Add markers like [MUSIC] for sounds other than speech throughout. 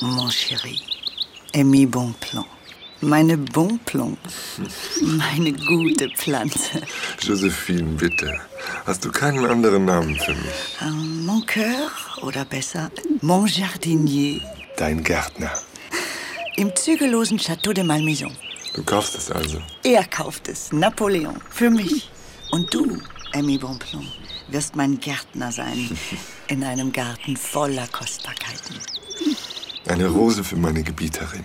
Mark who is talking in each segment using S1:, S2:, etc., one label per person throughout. S1: Mon chéri, et mi bon plan. Meine Bonplon. Meine gute Pflanze.
S2: Josephine, bitte. Hast du keinen anderen Namen für mich?
S1: Ähm, Mon Coeur oder besser Mon Jardinier
S2: Dein Gärtner.
S1: im zügellosen Château de Malmaison.
S2: Du kaufst es also.
S1: Er kauft es, Napoleon, für mich. Und du, Emmy Bonplon, wirst mein Gärtner sein in einem Garten voller Kostbarkeiten.
S2: Eine Rose für meine Gebieterin.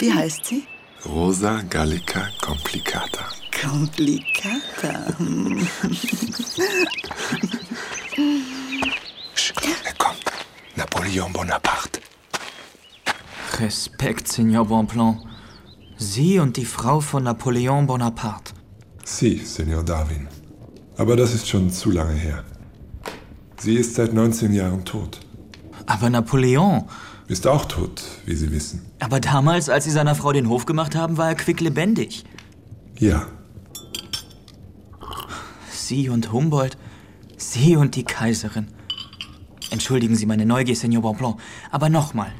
S1: Wie heißt sie?
S2: Rosa Gallica Complicata.
S1: Komplikata.
S2: Sch, er kommt. Napoleon Bonaparte.
S3: Respekt, Signor Bonpland. Sie und die Frau von Napoleon Bonaparte.
S4: Sie, Senor Darwin. Aber das ist schon zu lange her. Sie ist seit 19 Jahren tot.
S3: Aber Napoleon.
S4: Ist auch tot, wie Sie wissen.
S3: Aber damals, als sie seiner Frau den Hof gemacht haben, war er quicklebendig.
S4: Ja,
S3: Sie und Humboldt. Sie und die Kaiserin. Entschuldigen Sie meine Neugier, Signor Bonpland. Aber nochmal.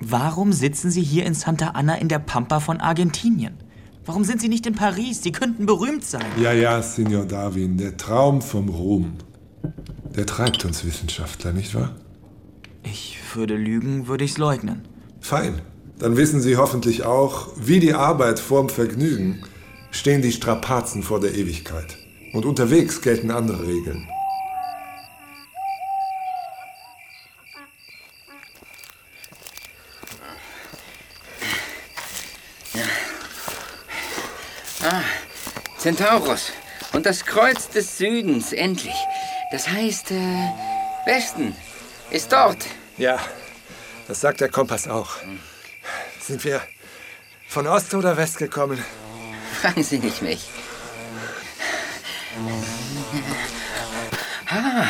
S3: Warum sitzen Sie hier in Santa Anna in der Pampa von Argentinien? Warum sind Sie nicht in Paris? Sie könnten berühmt sein.
S4: ja, ja, Senor Darwin, der Traum vom Ruhm. Der treibt uns Wissenschaftler, nicht wahr?
S3: Ich würde lügen, würde ich's leugnen.
S4: Fein. Dann wissen Sie hoffentlich auch, wie die Arbeit vorm Vergnügen stehen die Strapazen vor der Ewigkeit. Und unterwegs gelten andere Regeln.
S5: Centaurus und das Kreuz des Südens, endlich. Das heißt, äh, Westen ist dort. [LAUGHS]
S6: Ja, das sagt der Kompass auch. Sind wir von Ost oder West gekommen?
S5: Fragen Sie nicht mich. Ah,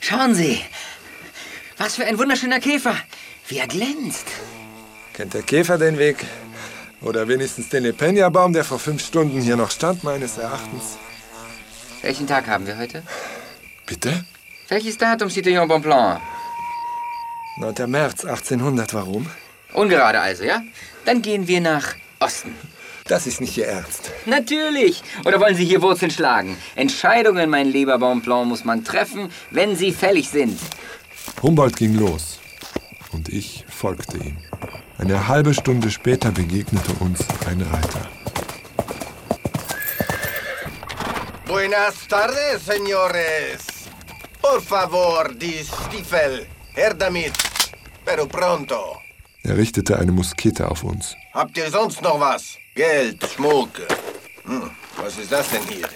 S5: schauen Sie. Was für ein wunderschöner Käfer. Wie er glänzt.
S6: Kennt der Käfer den Weg? Oder wenigstens den Lepenia-Baum, der vor fünf Stunden hier noch stand, meines Erachtens?
S5: Welchen Tag haben wir heute?
S6: Bitte?
S5: Welches Datum, Citoyen Bonpland?
S6: 9. März 1800, warum?
S5: Ungerade also, ja? Dann gehen wir nach Osten.
S6: Das ist nicht Ihr Ernst.
S5: Natürlich. Oder wollen Sie hier Wurzeln schlagen? Entscheidungen, mein lieber Bonpland, muss man treffen, wenn sie fällig sind.
S4: Humboldt ging los und ich folgte ihm. Eine halbe Stunde später begegnete uns ein Reiter.
S7: Buenas tardes, señores. Por favor, die Stiefel. Her damit. Pero pronto.
S4: Er richtete eine Muskete auf uns.
S7: Habt ihr sonst noch was? Geld, Schmuck. Hm, was ist das denn hier?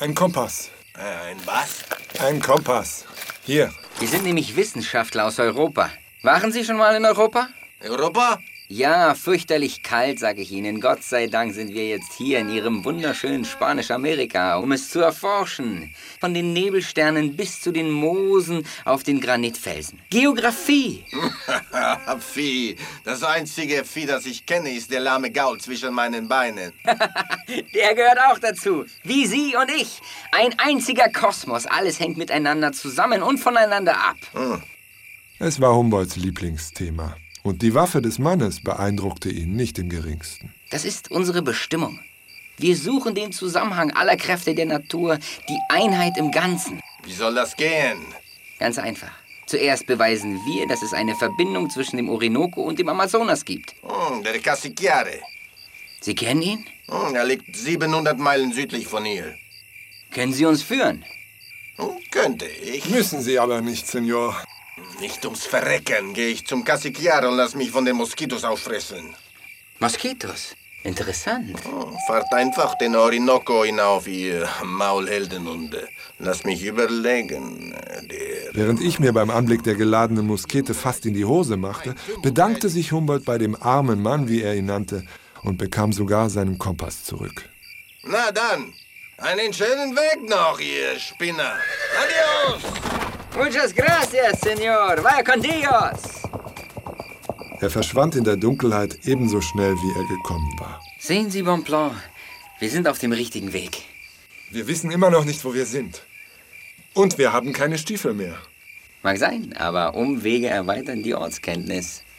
S6: Ein Kompass.
S7: Äh, Ein was?
S6: Ein Kompass. Hier.
S5: Wir sind nämlich Wissenschaftler aus Europa. Waren Sie schon mal in Europa?
S7: Europa? [LAUGHS]
S5: Ja, fürchterlich kalt, sage ich Ihnen. Gott sei Dank sind wir jetzt hier in Ihrem wunderschönen Spanisch-Amerika, um es zu erforschen. Von den Nebelsternen bis zu den Moosen auf den Granitfelsen. Geografie!
S7: Vieh. Das einzige Vieh, das ich kenne, ist der lahme Gaul zwischen meinen Beinen.
S5: Der gehört auch dazu. Wie Sie und ich. Ein einziger Kosmos. Alles hängt miteinander zusammen und voneinander ab.
S4: Es war Humboldts Lieblingsthema. Und die Waffe des Mannes beeindruckte ihn nicht im geringsten.
S5: Das ist unsere Bestimmung. Wir suchen den Zusammenhang aller Kräfte der Natur, die Einheit im Ganzen.
S7: Wie soll das gehen?
S5: Ganz einfach. Zuerst beweisen wir, dass es eine Verbindung zwischen dem Orinoco und dem Amazonas gibt.
S7: Hm, der Cassiquiare.
S5: Sie kennen ihn?
S7: Hm, er liegt 700 Meilen südlich von hier.
S5: Können Sie uns führen?
S7: Hm, könnte ich.
S6: Müssen Sie aber nicht, Senor.
S7: Nicht ums Verrecken gehe ich zum Cassiquiare und lass mich von den Moskitos auffressen.
S5: Moskitos. Interessant.
S7: Hm, Fahrt einfach den Orinoco hinauf, ihr Maulheldenhunde. Lass mich überlegen. äh, Der
S4: Während ich mir beim Anblick der geladenen Muskete fast in die Hose machte, bedankte sich Humboldt bei dem armen Mann, wie er ihn nannte, und bekam sogar seinen Kompass zurück.
S7: Na dann, einen schönen Weg noch, ihr Spinner. Adios!
S5: Muchas gracias, Senor. Vaya con Dios.
S4: Er verschwand in der Dunkelheit ebenso schnell, wie er gekommen war.
S5: Sehen Sie, Bonpland, wir sind auf dem richtigen Weg.
S6: Wir wissen immer noch nicht, wo wir sind. Und wir haben keine Stiefel mehr.
S5: Mag sein, aber Umwege erweitern die Ortskenntnis.